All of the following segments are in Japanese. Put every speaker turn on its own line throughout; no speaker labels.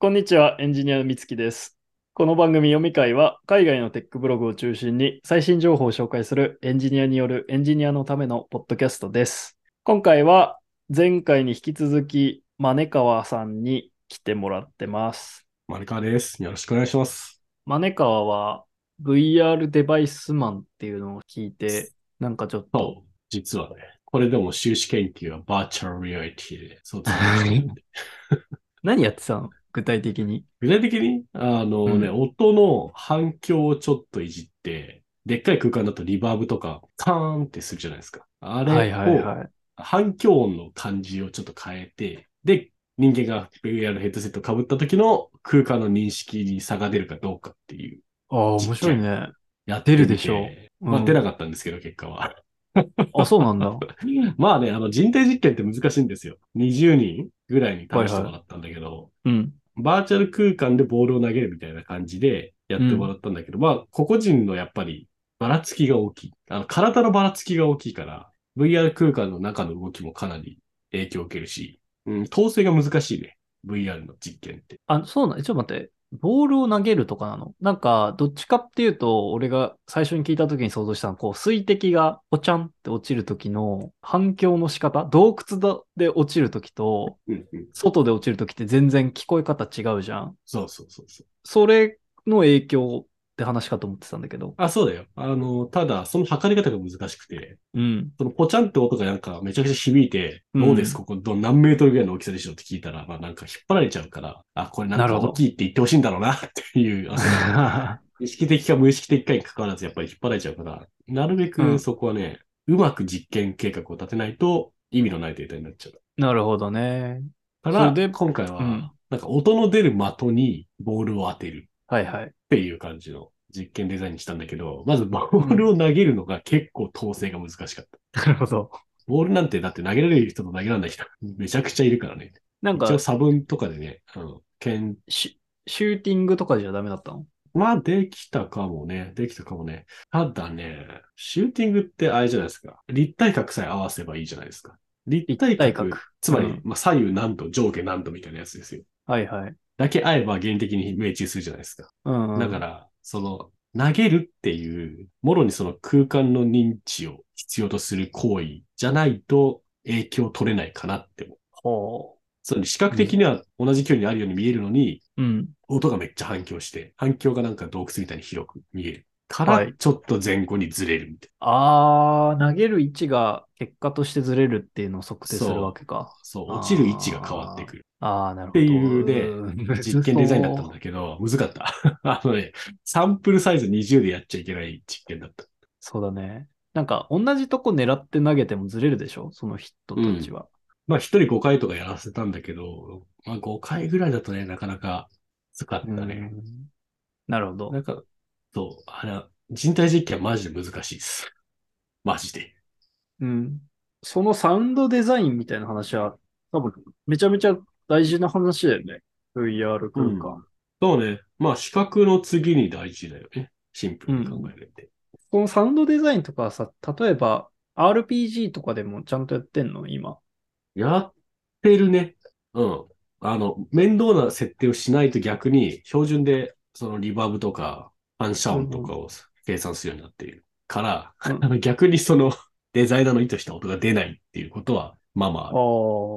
こんにちは、エンジニアのみつきです。この番組読み会は、海外のテックブログを中心に最新情報を紹介するエンジニアによるエンジニアのためのポッドキャストです。今回は前回に引き続き、マネカワさんに来てもらってます。
マネカワです。よろしくお願いします。
マネカワは VR デバイスマンっていうのを聞いて、なんかちょっと、
そう、実はね、これでも修士研究はバーチャルリアリティで卒業してる
何やってたの具体的に。
具体的に、あのね、
う
音の反響をちょっといじって、でっかい空間だとリバーブとか、カーンってするじゃないですか。あれを、
はいはいはい。
反響音の感じをちょっと変えて、で、人間が VR のヘッドセットを被った時の空間の認識に差が出るかどうかっていう。
ああ、面白いね。
やってみ
出
て
るでしょう
まあ、
うん
出なかったんですけど、結果は。
あ、そうなんだ。
まあね、あの人体実験って難しいんですよ。20人ぐらいに試してもらったんだけど、
うん。
バーチャル空間でボールを投げるみたいな感じでやってもらったんだけど、まあ、個々人のやっぱりばらつきが大きい。あの体のばらつきが大きいから、VR 空間の中の動きもかなり影響を受けるし、うん、統制が難しいね。VR の実験って。
あ、そうなん、ちょっと待って。ボールを投げるとかなのなんか、どっちかっていうと、俺が最初に聞いた時に想像したのは、こう、水滴がポチャンって落ちる時の反響の仕方、洞窟だで落ちる時と、
うんうん。
外で落ちる時って全然聞こえ方違うじゃん。
そうそうそうそう。
それの影響って話かと思ってたんだけど。
あ、そうだよ。あの、ただ、その測り方が難しくて、
うん。
そのポチャンって音がなんかめちゃくちゃ響いて、
うん
どうですここど何メートルぐらいの大きさでしょうって聞いたら、まあなんか引っ張られちゃうから、あ、これなん
なる
か
ほど
大きいって言ってほしいんだろうな っていう、あ の意識的か無意識的かに関わらずやっぱり引っ張られちゃうから、なるべ
うん
くそこはね、うまく実験計画を立てないと意味のないデータになっちゃう。
なるほどね。
か
そ
ら、
れで
今回
う
は
ん、
なんか音の出る的にボールを当てる
はいはい。
っていう感じの実験デザインにしたんだけど、まずボールを投げるのが結構統制が難しかった。
なるほど。
ボールなんてだって投げられる人と投げられない人、めちゃくちゃいるからね。
なんか
一応、差分とかでね、うん、剣、
シュシューティングとかじゃダメだったの
まあできたかもね、できたかもね。ただね、シューティングってあれじゃないですか。立体角さえ合わせばいいじゃないですか。立体角、
立体角
つまり、
うん
まあ、左右何度、上下何度みたいなやつですよ。
はいはい。
だけ合えば原理的に命中するじゃないですか。
うんうん。
だから、その、投げるっていう、もろにその空間の認知を必要とする行為じゃないと影響取れないかなって思う
ほ
つまり視覚的には同じ距離にあるように見えるのに、
う。うん。
音がめっちゃ反響して、反響がなんか洞窟みたいに広く見える。か
は
ら
い、
ちょっと前後にずれるみたい
ああ、投げる位置が結果としてずれるっていうのを測定するわけか。
な。そう、落ちる位置が変わって くる。
ああ、なるほ
って
ど。
いうね
うーん
実験デザインだったん
そう
だけど、難かった。 あのね、サンプルサイズ20でやっちゃいけない実験だった。
そうだね。なんか、同じとこ狙って投げてもずれるでしょその人たちは。
まあ、1人5回とかやらせたんだけど、まあ、5回ぐらいだとね、なかなか難かったね。
うーんなるほど
な。んか、そう、あれ、人体実験はマジで難しいです。マジで。
うん。そのサウンドデザインみたいな話は、多分、めちゃめちゃ大事な話だよね。VR 空間。
そうね。まあ、視覚の次に大事だよね。シンプルに考えるって。
このサウンドデザインとかはさ、例えば、RPG とかでもちゃんとやってんの今。
やってるね。うん。あの、面倒な設定をしないと逆に、標準で、そのリバーブとか、反射音とかを計算するようになっているから、
うん
あの逆にその、デザイナーの意図した音が出ないっていうことは、まあま
あ
あ、
あ、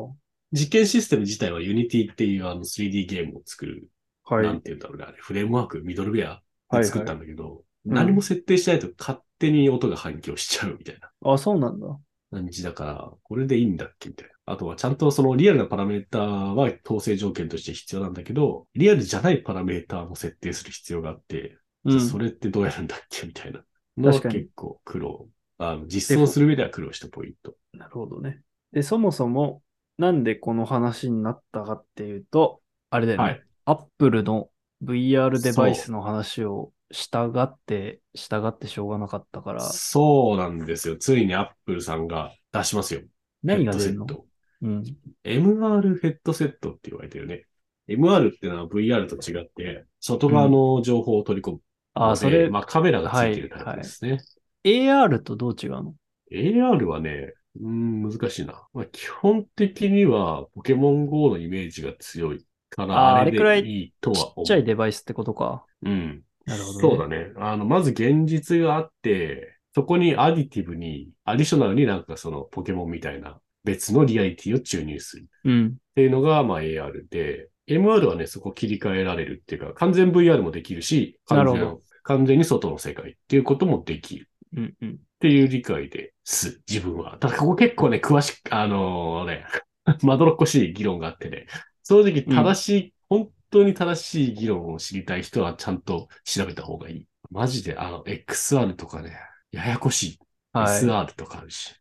は
実験システム自体は Unity っていうあの 3D ゲームを作る、
い。
なんて言うんだろうね、あれフレームワーク、ミドルウェア
はい
で作ったんだけど、
うん
何も設定しないと勝手に音が反響しちゃうみたいな。
あ、そうなんだ。
感じだから、これでいいんだっけみたいな。あとは、ちゃんとそのリアルなパラメーターは統制条件として必要なんだけど、リアルじゃないパラメーターも設定する必要があって、
うん。
それってどうやるんだっけみたいなのは
確かに
結構苦労。あの実装する上では苦労したポイント。
なるほどね。で、そもそも、なんでこの話になったかっていうと、あれだよね。
はい。
アップルの VR デバイスの話を従って、従ってしょうがなかったから、
そうなんですよ。ついに Apple さんが出しますよ。
何が
ヘッド
出
セ
るの
ット。
うん。
MR ヘッドセットって言われてるね。MR ってのは VR と違って、外側の情報を取り込む。
あ、
ので
それ、
まあカメラがついてるタイプですね。
AR とどう違うの
AR はね、うーん、難しいな。まあ、基本的には、ポケモン GO のイメージが強いから、
あー
あれ
あれくら
で
い
いいと
ち
は思
っ
う。
ちゃいデバイスってことか。
うん。
なるほど、ね。
そうだね。あの、まず現実があって、そこにアディティブに、アディショナルになんかそのポケモンみたいな別のリアリティを注入する。
うん。
っていうのが、まあ AR で、MR はね、そこ切り替えられるっていうか、完全 VR もできるし、完
なる
全、完全に外の世界っていうこともできる
うんうん。
っていう理解です、自分は。ただ、ここ結構ね、詳しく、あのね、 まどろっこしい議論があってね、正直正しい、本当に正しい議論を知りたい人はちゃんと調べた方がいい。マジで、あの、XR とかね、ややこしい。
はい。
SR とかあるし。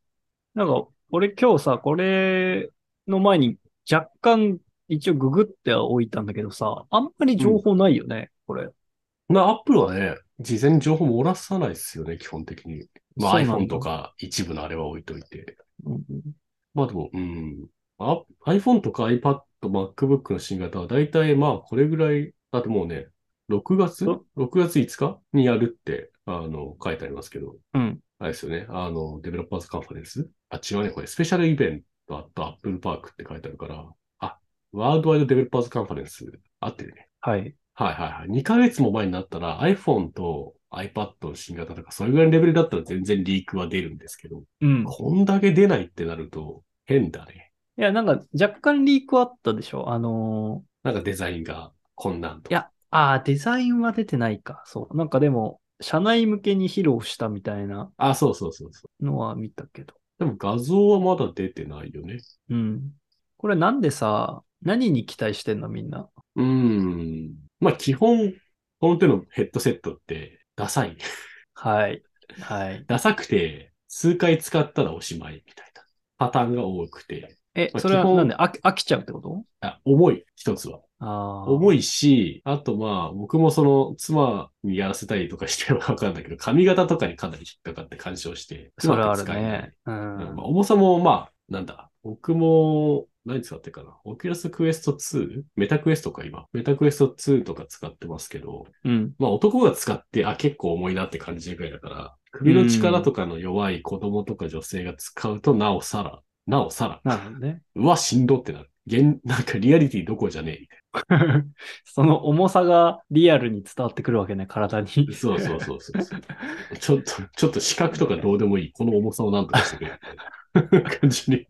なんか、俺今日さ、これの前に若干一応ググってはおいたんだけどさ、あんまり情報ないよね、これ。
な、アップルはね、事前に情報漏らさないですよね、基本的に。まあ
そうなんだ
iPhone とか一部のあれは置いといて。
うんうん
まあでも、うん。あ iPhone とか iPad、MacBook の新型は大体まあこれぐらい、だってもうね、6月
そ
?6 月5日にやるって、あの、書いてありますけど、
うん。
あれですよね、あの、デベロッパーズカンファレンスあ、違うね、これ、スペシャルイベントあったアップルパークって書いてあるから、あ、ワールドワイドデベロッパーズカンファレンス、あってるね。
はい。
はいはいはい。2ヶ月も前になったら iPhone と iPad の新型とか、それぐらいのレベルだったら全然リークは出るんですけど、
うん。い
こんだけ出ないってなると変だね。
や、なんか若干リークあったでしょあの
なんかデザインがこんなんと
ーいや、ああ、デザインは出てないか。そう。なんかでも、社内向けに披露したみたいな
あ、そうそうそうそう。
のは見たけど。
でも画像はまだ出てないよね。
うん。これなんでさ、何に期待してんのみんな。
うーん。まあ基本、この手のヘッドセットってダサい。
はい。はい。
ダサくて、数回使ったらおしまいみたいなパターンが多くて、
え、
まあ
それは
基本
なんで飽き飽きちゃうってこと
あ、重い、一つは。
ああ。
重いし、あとまあ、僕もその妻にやらせたりとかしてはわかんないけど、髪型とかにかなり引っかかって干渉して、
それはある
うまく使えない
ね。う
うん
ん
まあ、。重さもまあ、なんだ、僕も、何使ってるかな。オキュラスクエスト 2? メタクエストか今。メタクエスト2とか使ってますけど、
うん。
まあ男が使って、あ、結構重いなって感じるぐらいだから、首の力とかの弱い子供とか女性が使うと、なおさら、なおさら、
なるほどね。
うわ、しんどってなる。現、なんかリアリティどこじゃねえみたいな。
その重さがリアルに伝わってくるわけね、体に。
そうそうそうそう そう。ちょっと、ちょっと視覚とかどうでもいい。この重さをなんとかしてくれみたいな感じに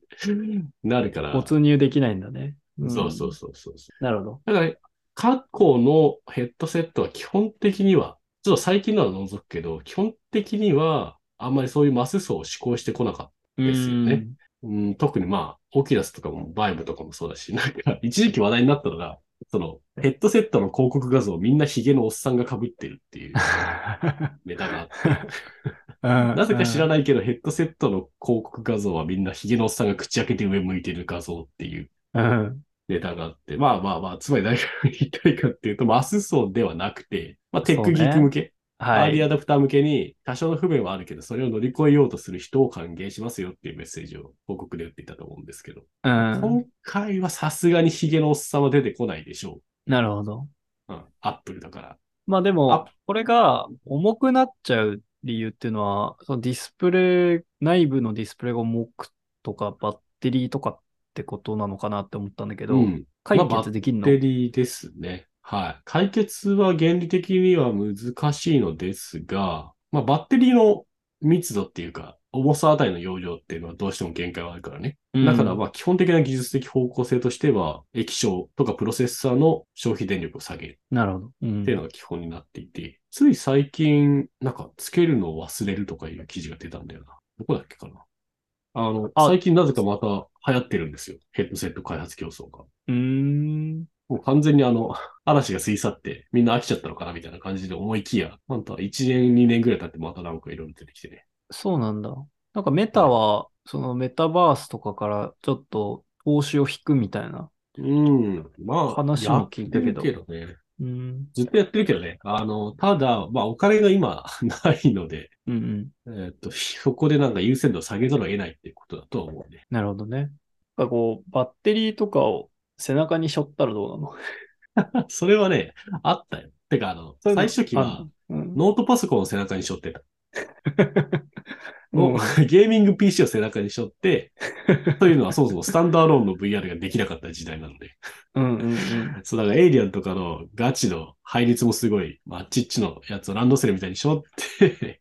なるから。
没入できないんだね。ん
そうそうそうそう。
なるほど。
だから、過去のヘッドセットは基本的には、ちょっと最近のは除くけど、基本的には、あんまりそういうマス層を試行してこなかった。ですよねうん、特にまあ、オキュラスとかもバイブとかもそうだし、なんか、一時期話題になったのが、その、ヘッドセットの広告画像をみんなヒゲのおっさんが被ってるっていう ネタがあって
うん。
なぜか知ら
ない。
ないけど、ヘッドセットの広告画像はみんなヒゲのおっさんが口開けて上向いてる画像っていう
うん。
ネタがあって、まあまあまあ、つまり何が言いたいかっていうと、マス層ではなくて、まあテックギーク向け、ア
は
ーリー
い。
アダプター向けに多少の不便はあるけど、それを乗り越えようとする人を歓迎しますよっていうメッセージを広告で打っていたと思うんですけど、
うん。
今回はさすがにヒゲのおっさんは出てこないでしょ
なるほど。
う。うん、アップルだから。
まあでも
あ、
これが重くなっちゃう理由っていうのは、そのディスプレイ、内部のディスプレイが重くとかバッテリーとかってことなのかなって思ったんだけど、
うん、
解
まあ
決できん
バッ
の、
テリーですね。はい。解決は原理的には難しいのですが、まあ、バッテリーの密度っていうか、重さあたりの容量っていうのはどうしても限界はあるからね。
うん
だから、まあ、基本的な技術的方向性としては、液晶とかプロセッサーの消費電力を下げる
なるほど。うん
っていうのが基本になっていて、つい最近、なんか、つけるのを忘れるとかいう記事が出たんだよな。どこだっけかな。あの、
あ
最近なぜかまた流行ってるんですよ。ヘッドセット開発競争が。
うーん。
もう完全にあの、嵐が過ぎ去って、みんな飽きちゃったのかなみたいな感じで思いきや、なんと1年、2年ぐらい経ってまたなんかいろいろ出てきてね。
そうなんだ。なんかメタは、そのメタバースとかからちょっと投資を引くみたいな。
うん。まあ、
話も聞いたけど
やってるね。
うん。
ずっとやってるけどね。あの、ただ、まあお金が今 ないので、
うんうん。
えーっと、そこでなんか優先度を下げざるを得ないっていうことだとは思うね。
なるほどね。なんかこう、バッテリーとかを背中に背負ったらど うなの
それはね、あったよ。てか、あの、最初期は、、
うん、
ノートパソコンを背中に背負ってた。を、
うん
ゲーミング PC を背中にしょって、 というのはそもそもスタンドアローンの VR ができなかった時代なので。
うんうんうん。
そう、だからエイリアンとかのガチの配列もすごい、まあ、あっちっちのやつをランドセルみたいにしょ って、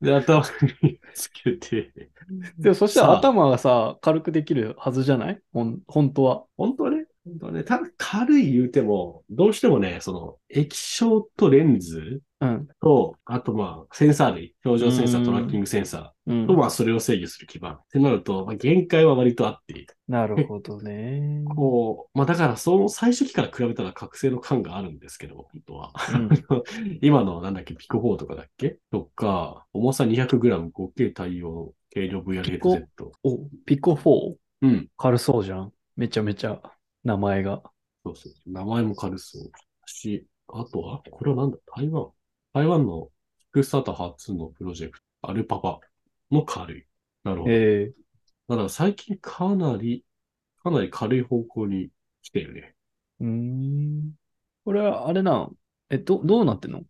で、頭につけて、
でもそしたら
さあ
頭がさ、軽くできるはずじゃないほん本当は。
本当はね、本当はね、ただ軽い言うても、どうしてもね、その、液晶とレンズ
うん。
と、あとまあ、センサー類、表情センサー、トラッキングセンサ
う
ー
ん
と、、まあ、それを制御する基盤ってなると、まあ、限界は割とあって、
なるほどね。
こう、まあ、だから、その最初期から比べたら覚醒の感があるんですけど、本当は。
うん
今のなんだっけ、ピコ4とかだっけとか、重さ 200g5K 対応、軽量 VR ヘッドセット。
お、ピコ 4?
うん。
軽そうじゃん。めちゃめちゃ、名前が。
そうそう。名前も軽そう。し、あとは、これはなんだ台湾。台湾のキックスターター初のプロジェクト、アルパパも軽い。なるほど。
ええ
だから最近かなり、かなり軽い方向に来てるね。
うーん。これは、あれなん。え、ど、どうなってんの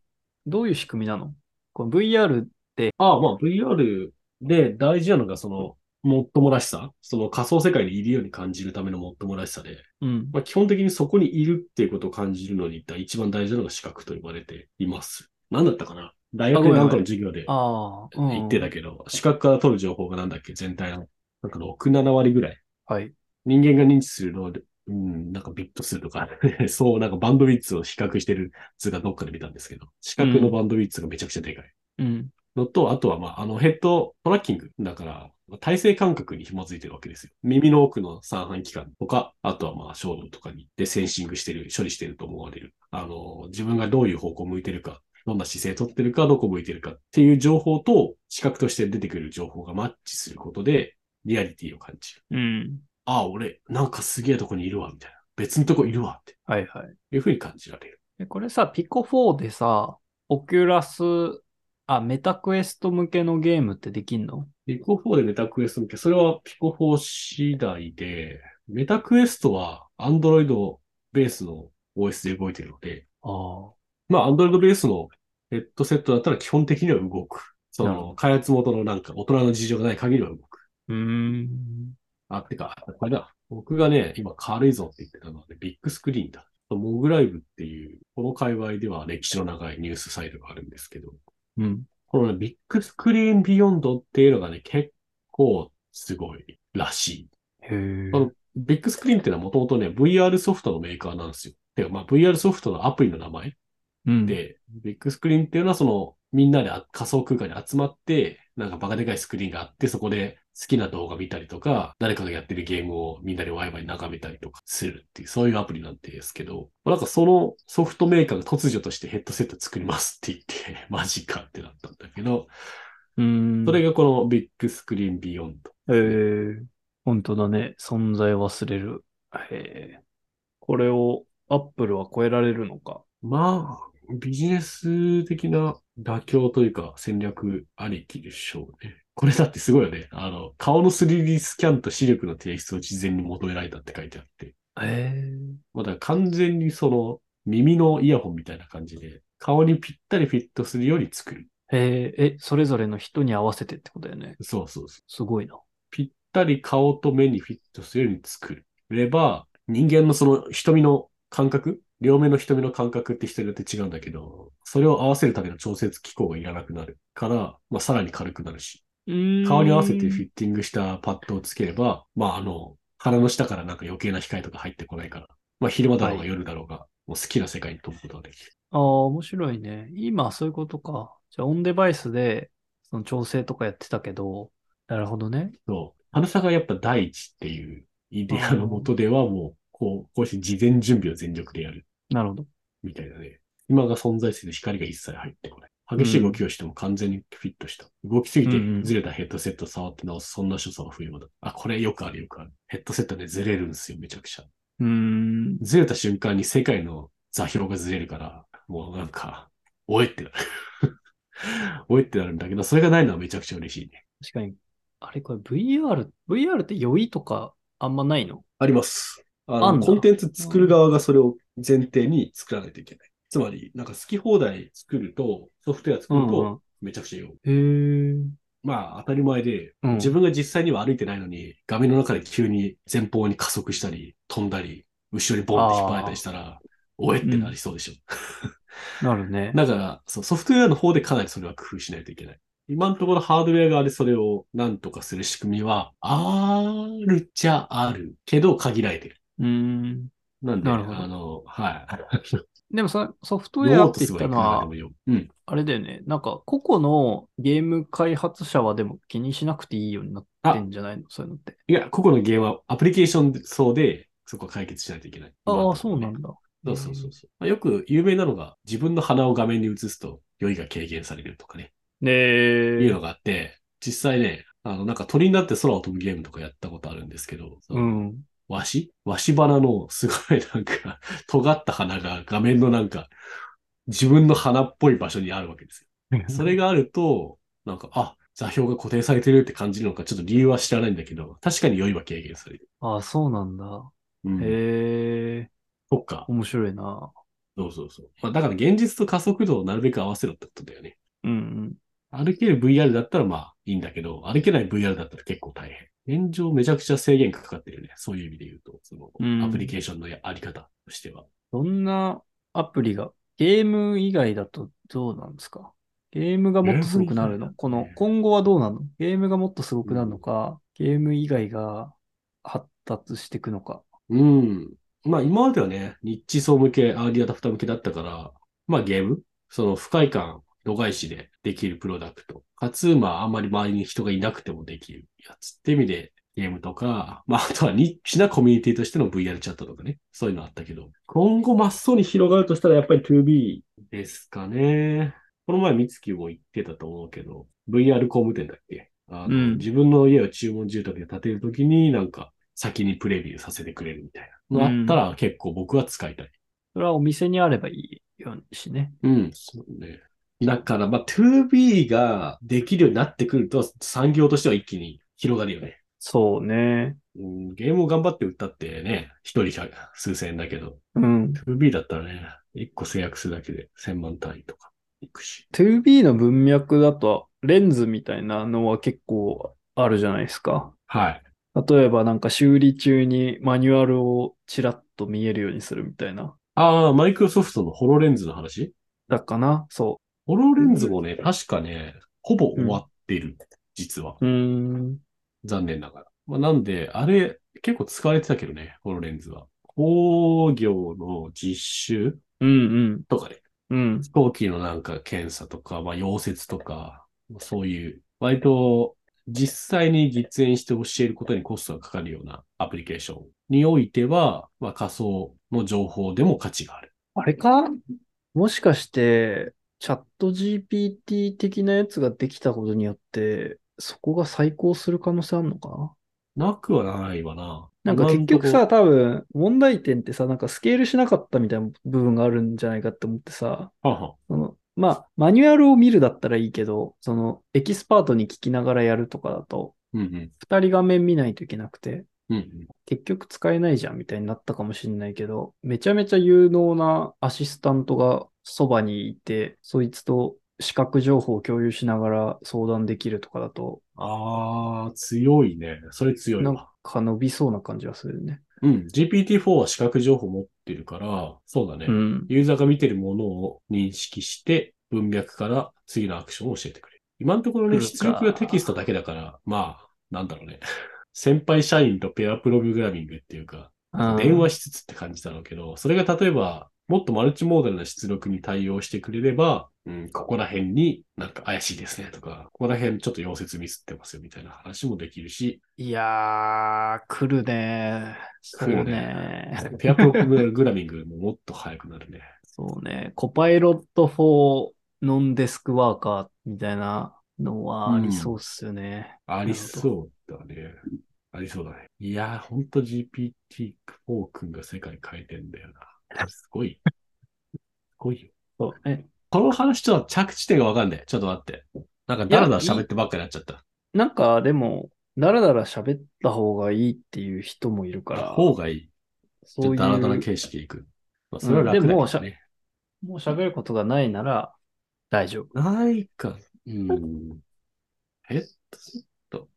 どういう仕組みなのこの ?VR
ああ、まあ VR で大事なのがその、もっともらしさ。その仮想世界にいるように感じるためのもっともらしさで。
うん。
まあ、基本的にそこにいるっていうことを感じるのに一番大事なのが視覚と呼ばれています。何だったかな大学
あごめん
なんかの授業で
ああ、うん
言ってたけど、視覚から取る情報がなんだっけ全体の、なんか6、7割ぐらい。
はい。
人間が認知するので、うん、なんかビット数とか、 そう、なんかバンドウィッツを比較してる図がどっかで見たんですけど、視覚のバンドウィッツがめちゃくちゃでかい。
うん。
のと、あとは、まあ、あの、ヘッドトラッキング。だから、体勢感覚に紐づいてるわけですよ。耳の奥の三半規管とか、あとは、まあ、衝動とかに、で、センシングしてる、処理してると思われる。あの、自分がどういう方向向いてるか、どんな姿勢取ってるか、どこ向いてるかっていう情報と、視覚として出てくる情報がマッチすることで、リアリティを感じる。
うん。
ああ、俺、なんかすげえとこにいるわ、みたいな。別のとこいるわ、って
はいはい。
いうふうに感じられる。
えこれさ、ピコ4でさ、オキュラス、あ、メタクエスト向けのゲームってできんの
ピコ4でメタクエスト向け、それはピコ4次第で、メタクエストは Android ベースの OS で動いてるので、
あ
まあ Android ベースのヘッドセットだったら基本的には動く。そ
なるほ
の、開発元のなんか大人の事情がない限りは動く。
あ。うーん。
あ、てか、これだ。僕がね、今軽いぞって言ってたのはね、ビッグスクリーンだ。モグライブっていう、この界隈では歴史の長いニュースサイトがあるんですけど、
うん。
このね、ビッグスクリーンビヨンドっていうのがね、結構すごいらしい。
へえ。
あのビッグスクリーンっていうのはもともとね、VR ソフトのメーカーなんですよ。てか、まあ、VR ソフトのアプリの名前
うん。
で、ビッグスクリーンっていうのはその、みんなであ仮想空間に集まって、なんかバカでかいスクリーンがあって、そこで好きな動画見たりとか、誰かがやってるゲームをみんなでワイワイ眺めたりとかするっていう、そういうアプリなんですけど、まあなんかそのソフトメーカーが突如としてヘッドセット作りますって言って、 マジかってなったんだけど、
うーん。
それがこのビッグスクリーンビヨン
え
ド。
ー、本当だね。存在忘れる。へーこれをアップルは超えられるのか。
まあ、ビジネス的な妥協というか戦略ありきでしょうね。これだってすごいよね。あの、顔の 3D スキャンと視力の提出を事前に求められたって書いてあって。
え
まあ、だから完全にその耳のイヤホンみたいな感じで、顔にぴったりフィットするように作る。
ー、えーえ、それぞれの人に合わせてってことだよね。
そうそうそう。
すごいな。
ぴったり顔と目にフィットするように作れば、人間のその瞳の感覚、両目の瞳の感覚って人によって違うんだけど、それを合わせるための調節機構がいらなくなるから、まあ、さらに軽くなるし、顔に合わせてフィッティングしたパッドをつければ、まあ、あの、鼻の下からなんか余計な光とか入ってこないから、まあ、昼間だろう
は
が
い
夜だろうが、もう好きな世界に飛ぶことができる。
ああ、面白いね。今、そういうことか。じゃあ、オンデバイスで、その調整とかやってたけど、なるほどね。
そう。鼻差がやっぱ第一っていうイデアのもとでは、もう、こう、こうして事前準備を全力でやる。
なるほど。
みたいなね。今が存在する光が一切入ってこない。激しい動きをしても完全にフィットした。動きすぎて
うんうん
ずれたヘッドセット触って直す、そんな所作は不要だ。あ、これよくあるよくある。ヘッドセットでずれるんですよ、めちゃくちゃ。
うーん。
ずれた瞬間に世界の座標がずれるから、もうなんか、おえってなる。 おえってなるんだけど、それがないのはめちゃくちゃ嬉しいね。
確かに。あれ、これ VR、VR って酔いとかあんまないの
あります。あ
のあんだコン
テンツ
作る
側がそれを前提に作らないといけない。つまり、なんか好き放題作ると、ソフトウェア作
うんうん。
めちゃくちゃよ。
へえ。
まあ当たり前で、
うん
自分が実際には歩いてないのに、画面の中で急に前方に加速したり、飛んだり、後ろにボンって引っ張られたりしたら、おえってなりそうでしょ。
なるね。
だからそう、ソフトウェアの方でかなりそれは工夫しないといけない。今のところハードウェア側でそれをなんとかする仕組みは、あるっちゃあるけど限られてる。
うーん。
なんで、
なるほど
あの、はい。
でもさ、ソフトウ
ノ
ェア
ー
っ
ト
て
す
言っ
ごい
た
考
のは
えて、もいいよ。うん。
あれだよね。なんか、個々のゲーム開発者はでも気にしなくていいようになってんじゃないのそういうのって。
いや、個々のゲームはアプリケーション層で、そこは解決しないといけない。
ああ、そうなん
だ。
だ。
そうそうそうそう。まあよく有名なのが、自分の鼻を画面に映すと酔いが軽減されるとかね、
ね
いう
え。
のがあって、実際ね、あの、なんか鳥になって空を飛ぶゲームとかやったことあるんですけど、その
うん。
わしわし花のすごいなんか、尖った花が画面のなんか、自分の花っぽい場所にあるわけですよ。 それがあると、なんか、あ、座標が固定されてるって感じるのか、ちょっと理由は知らないんだけど、確かに酔いは軽減される。
ああ、そうなんだ。
うん。
へえ、
そっか。
面白いな。
そうそうそう。まあ、だから現実と加速度をなるべく合わせろってことだよね。
うん
歩ける VR だったらまあいいんだけど、歩けない VR だったら結構大変。現状めちゃくちゃ制限かかってるね。そういう意味で言うと、その
うん
アプリケーションのやあり方としては。
うん。どんなアプリが、ゲーム以外だとどうなんですかゲームがもっとすごくなるの
ゲーム以外だとね
この、今後はどうなのゲームがもっとすごくなるのか、ゲーム以外が発達していくのか。
うん。まあ今まではね、ニッチ層向け、アーリーアダプター向けだったから、まあゲーム、その不快感、度外視でできるプロダクト。かつ、まああんまり周りに人がいなくてもできるやつって意味で、ゲームとか、まああとはニッチなコミュニティとしての VR チャットとかね、そういうのあったけど、今後真っ青に広がるとしたらやっぱり 2B ですかね。この前、三月も言ってたと思うけど、VR 工務店だっけあの、
うん
自分の家を注文住宅で建てるときになんか、先にプレビューさせてくれるみたいなのあったら結構僕は使いたい。
それはお店にあればいいようにしね。
うん、そうね。だから、まあ、2B ができるようになってくると産業としては一気に広がるよね。
そうね。
うん、ゲームを頑張って売ったってね、一人百数千円だけど、
うん。
2B だったらね、一個制約するだけで千万単位とかいくし。
2B の文脈だと、レンズみたいなのは結構あるじゃないですか。
はい。
例えばなんか修理中にマニュアルをちらっと見えるようにするみたいな。
ああ、マイクロソフトのホロレンズの話
だっかなそ
ホロレンズもね、確かね、ほぼ終わってる、実は。
う。うーん。
残念ながら。まあ、なんで、あれ、結構使われてたけどね、ホロレンズは。工業の実習
うん
とかね、
うん。うん。
飛行機のなんか検査とか、まあ、溶接とか、そういう、割と実際に実演して教えることにコストがかかるようなアプリケーションにおいては、まあ、仮想の情報でも価値がある。
あれかもしかして、チャット GPT 的なやつができたことによって、そこが再考する可能性あるのかな
なくはないわな。
なんか結局
今
さ、
んとこ、
多分、問題点ってさ、なんかスケールしなかったみたいな部分があるんじゃないかって思ってさ、
はんはん
そのまあ、マニュアルを見るだったらいいけど、その、エキスパートに聞きながらやるとかだと、
うんうん。
二人画面見ないといけなくて、
うんうん。
結局使えないじゃんみたいになったかもしれないけど、めちゃめちゃ有能なアシスタントがそばにいて、そいつと視覚情報を共有しながら相談できるとかだと、
ああ、強いね。それ強い
なん
わ。
か伸びそうな感じがするよね。
うん。GPT-4 は視覚情報持ってるから、そうだね。
うん。
ユーザーが見てるものを認識して、文脈から次のアクションを教えてくれる。今のところ
来
ね、
るか
出力がテキストだけだから、まあ、なんだろうね。 先輩社員とペアプログラミングっていうか、電話しつつって感じだろうけど、それが例えば、もっとマルチモーダルな出力に対応してくれれば、うん、ここら辺になんか怪しいですねとか、ここら辺ちょっと溶接ミスってますよみたいな話もできるし、
いやー、来るねそう
来る
ね
ペアプ ログラミングももっと早くなるね。
そうね。コパイロット for ノンデスクワーカーみたいなのはありそうっすよね。
ありそうだね。ありそうだね。いやー、ほんと GPT-4 君が世界変えてんだよな。すごい。すごいよ。
そうね。
この話ちょっと着地点がわかんない。ちょっと待って。なんかダラダラ喋ってばっかりなっちゃった。
なんかでも、だらだら喋った方がいいっていう人もいるから、
方がいい。
そ
じゃ
う
あ
いう、
ダラダラ形式でいく。まあ、それは楽だけ
うんでもし
ど
ゃ
ね。
もう喋ることがないなら大丈夫。
ないか。うん。ヘッドセット。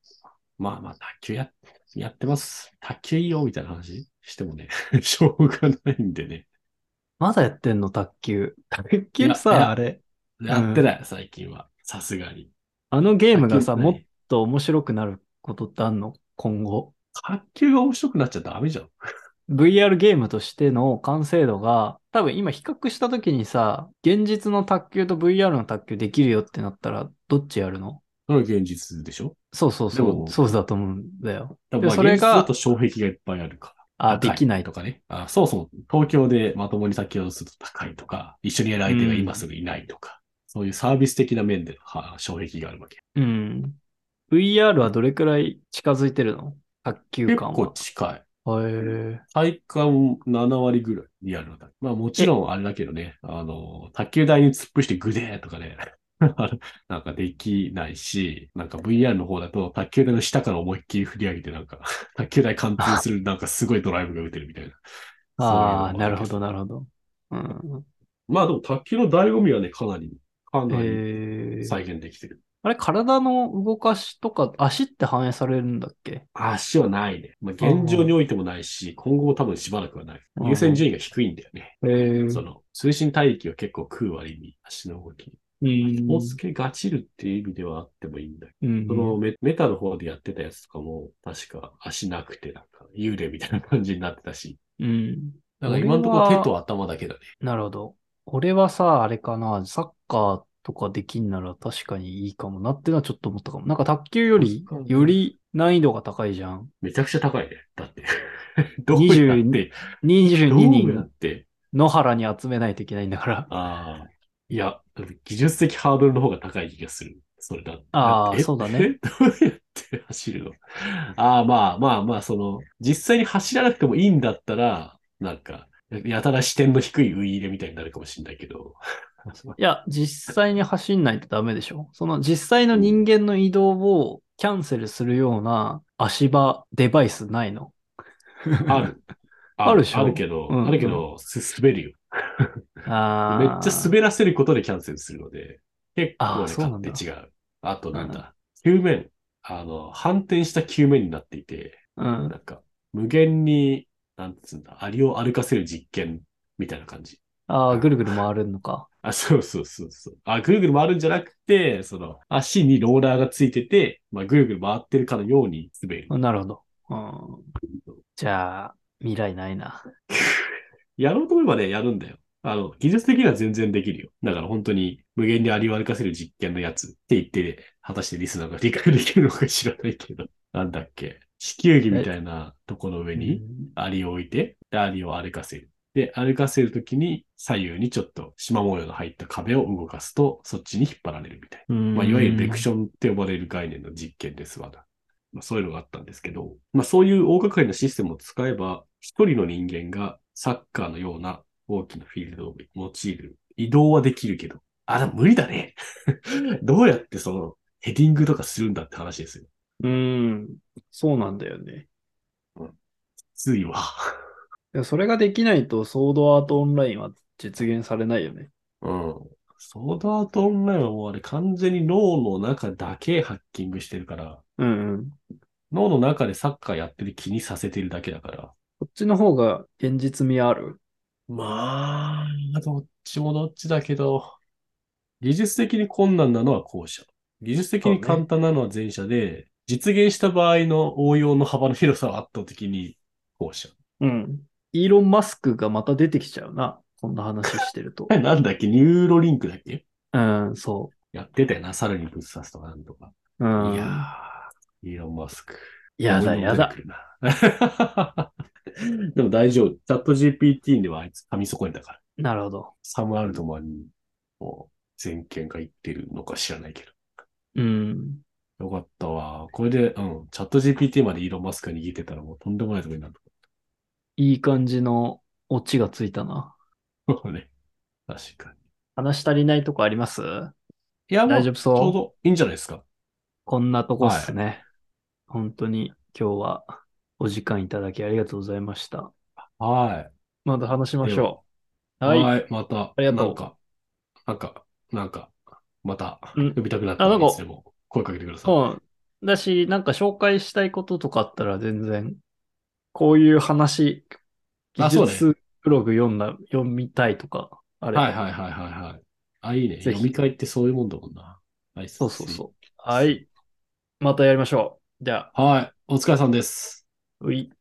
まあまあ、卓球や、やってます。卓球いいよ、みたいな話してもね、 しょうがないんでね。
まだやってんの、卓球。卓球
いやいや
さ、あれ。
やってない、最近は。さすがに。
あのゲームがさ、
卓球
も
ね
っと面白くなることってあんの今後。
卓球が面白くなっちゃダメじゃん。
VR ゲームとしての完成度が、多分今比較した時にさ、現実の卓球と VR の卓球できるよってなったら、どっちやるの
それは現実でしょ
そうそう
で
そ
も
う、そうだと思うんだよ。
で
でそれが
現実だと障壁がいっぱいあるから。
あ、
高
できない
と
とか。
かね。あそうそう。東京でまともに先をすると高いとか、一緒にやる相手が今すぐいないとか、そういうサービス的な面でのは障壁があるわけ。
うん。VR はどれくらい近づいてるの卓球
結
感
構
は。
近い。
へー
体感7割ぐらいリアルな卓球まあもちろんあれだけどね、あの、卓球台に突っ伏してグデーとかね、 あのなんかできないし、なんか VR の方だと卓球台の下から思いっきり振り上げてなんか、 卓球台貫通するなんかすごいドライブが打てるみたいな。
ああ、な
そういうのもある
る
け
ほ
ど
ど、なるほど。うん。
まあでも卓球の醍醐味はね、かなり、かなり
えー、
再現できてる。
あれ、体の動かしとか、足って反映されるんだっけ
足はないね。まあ、現状においてもないし、今後も多分しばらくはない。
うん
優先順位が低いんだよね。
え
その、通信帯域は結構食う割に足の動き。スポーツ系ガチるっていう意味ではあってもいいんだけ
うん
ど、そのメメタの方でやってたやつとかも、確か足なくてなんか幽霊みたいな感じになってたし。
うん。
だから今のところ
俺は
手と頭だけだね。
なるほど。俺はさ、あれかな、サッカーとかできんなら確かにいいかもなってのはちょっと思ったかも。なんか卓球より
確か、に
より難易度が高いじゃん。
めちゃくちゃ高いね。だって。 どうやって、ど
22
うや
人
って、
野原に集めないといけないんだから。
ああ。いや、技術的ハードルの方が高い気がする。それだ。
あー
え
そうだね
え どうやって走るのああ、まあまあまあ、その、実際に走らなくてもいいんだったら、なんか、やたら視点の低いウイイレみたいになるかもしれない けど。
いや、実際に走んないとダメでしょ。その実際の人間の移動をキャンセルするような足場、デバイスないの
ある。
あるでしょ
あるけど、
うん
あるけど、す滑るよ。
あ
めっ
ー
ちゃ滑らせることでキャンセルするので、結
あー
構ね、
そうなんだ
勝手違う。あとなんだ、球面。あの、反転した球面になっていて、
うん。
なんか、無限に、なんつうんだ、アリを歩かせる実験みたいな感じ。
ああ、ぐるぐる回るのか。
あ、そうそうそうそう。あ、ぐるぐる回るんじゃなくて、その、足にローラーがついてて、まあ、ぐるぐる回ってるかのように滑る。
なるほど。うん、じゃあ、未来ないな。
やろうと思えばね、やるんだよ。あの、技術的には全然できるよ。だから本当に、無限にアリを歩かせる実験のやつって言って、果たしてリスナーが理解できるのか知らないけど。なんだっけ。地球儀みたいなとこの上に、アリを置いて、で、アリを歩かせる。で、歩かせるときに左右にちょっと縞模様の入った壁を動かすと、そっちに引っ張られるみたい
うん
な。まあ、いわゆるベクションって呼ばれる概念の実験ですわな。まあ、そういうのがあったんですけど、まあ、そういう大掛かりなシステムを使えば、一人の人間がサッカーのような大きなフィールドを用いる。移動はできるけど、あ、でも無理だね。 どうやってその、ヘディングとかするんだって話ですよ。
うん。そうなんだよね。
ついは。
でもそれができないと、ソードアートオンラインは実現されないよね。
うん。ソードアートオンラインはもうあれ完全に脳の中だけハッキングしてるから、
うんうん。
脳の中でサッカーやってる気にさせてるだけだから。
こっちの方が現実味ある。
まあ、どっちもどっちだけど、技術的に困難なのは後者。技術的に簡単なのは前者で、実現した場合の応用の幅の広さは圧倒的に後者。。
うん。イーロン・マスクがまた出てきちゃうな。こんな話してると
なんだっけニューロリンクだっけ
うん、そ
やってたよな。さらにぶっ刺すとかなんとか。
う。うん。
いやー、イーロン・マスク。
やだ、
俺
やだ。
も出てくるな。 でも大丈夫。チャット GPT ではあいつ噛み損ねたから。
なるほど。
サム・アルトマンにも全権が言ってるのか知らないけ
うん。
ど。よかったわ。これで、うん、チャット GPT までイーロン・マスクが握ってたらもうとんでもないとこになる
いい感じのオチがついたな。
と思う ね。確かに。
話足りないとこあります
いや、もう、
大
ち
丈
ょ
夫そう
うどいいんじゃないですか。
こんなとこっすね。本当に今日はお時間いただきありがとうございました。
は
また話しましょう。
い。
はい。
また、
ありがとう
なんか、なんか、なんか、また
うん
呼びたくなった
あなんか
ですね、もう声かけてください。
うん。だし、なんか紹介したいこととかあったら全然、こういう話、技
あそうね
術ブログ読んだ、読みたいとか、あれば。
はいはいはいはいはい。あ、いいね。
ぜひ
読み会ってそういうもんだもんな。はい、
そうそうそう。はい。またやりましょう。じゃあ、
う。はい。お疲れさんです。
うい。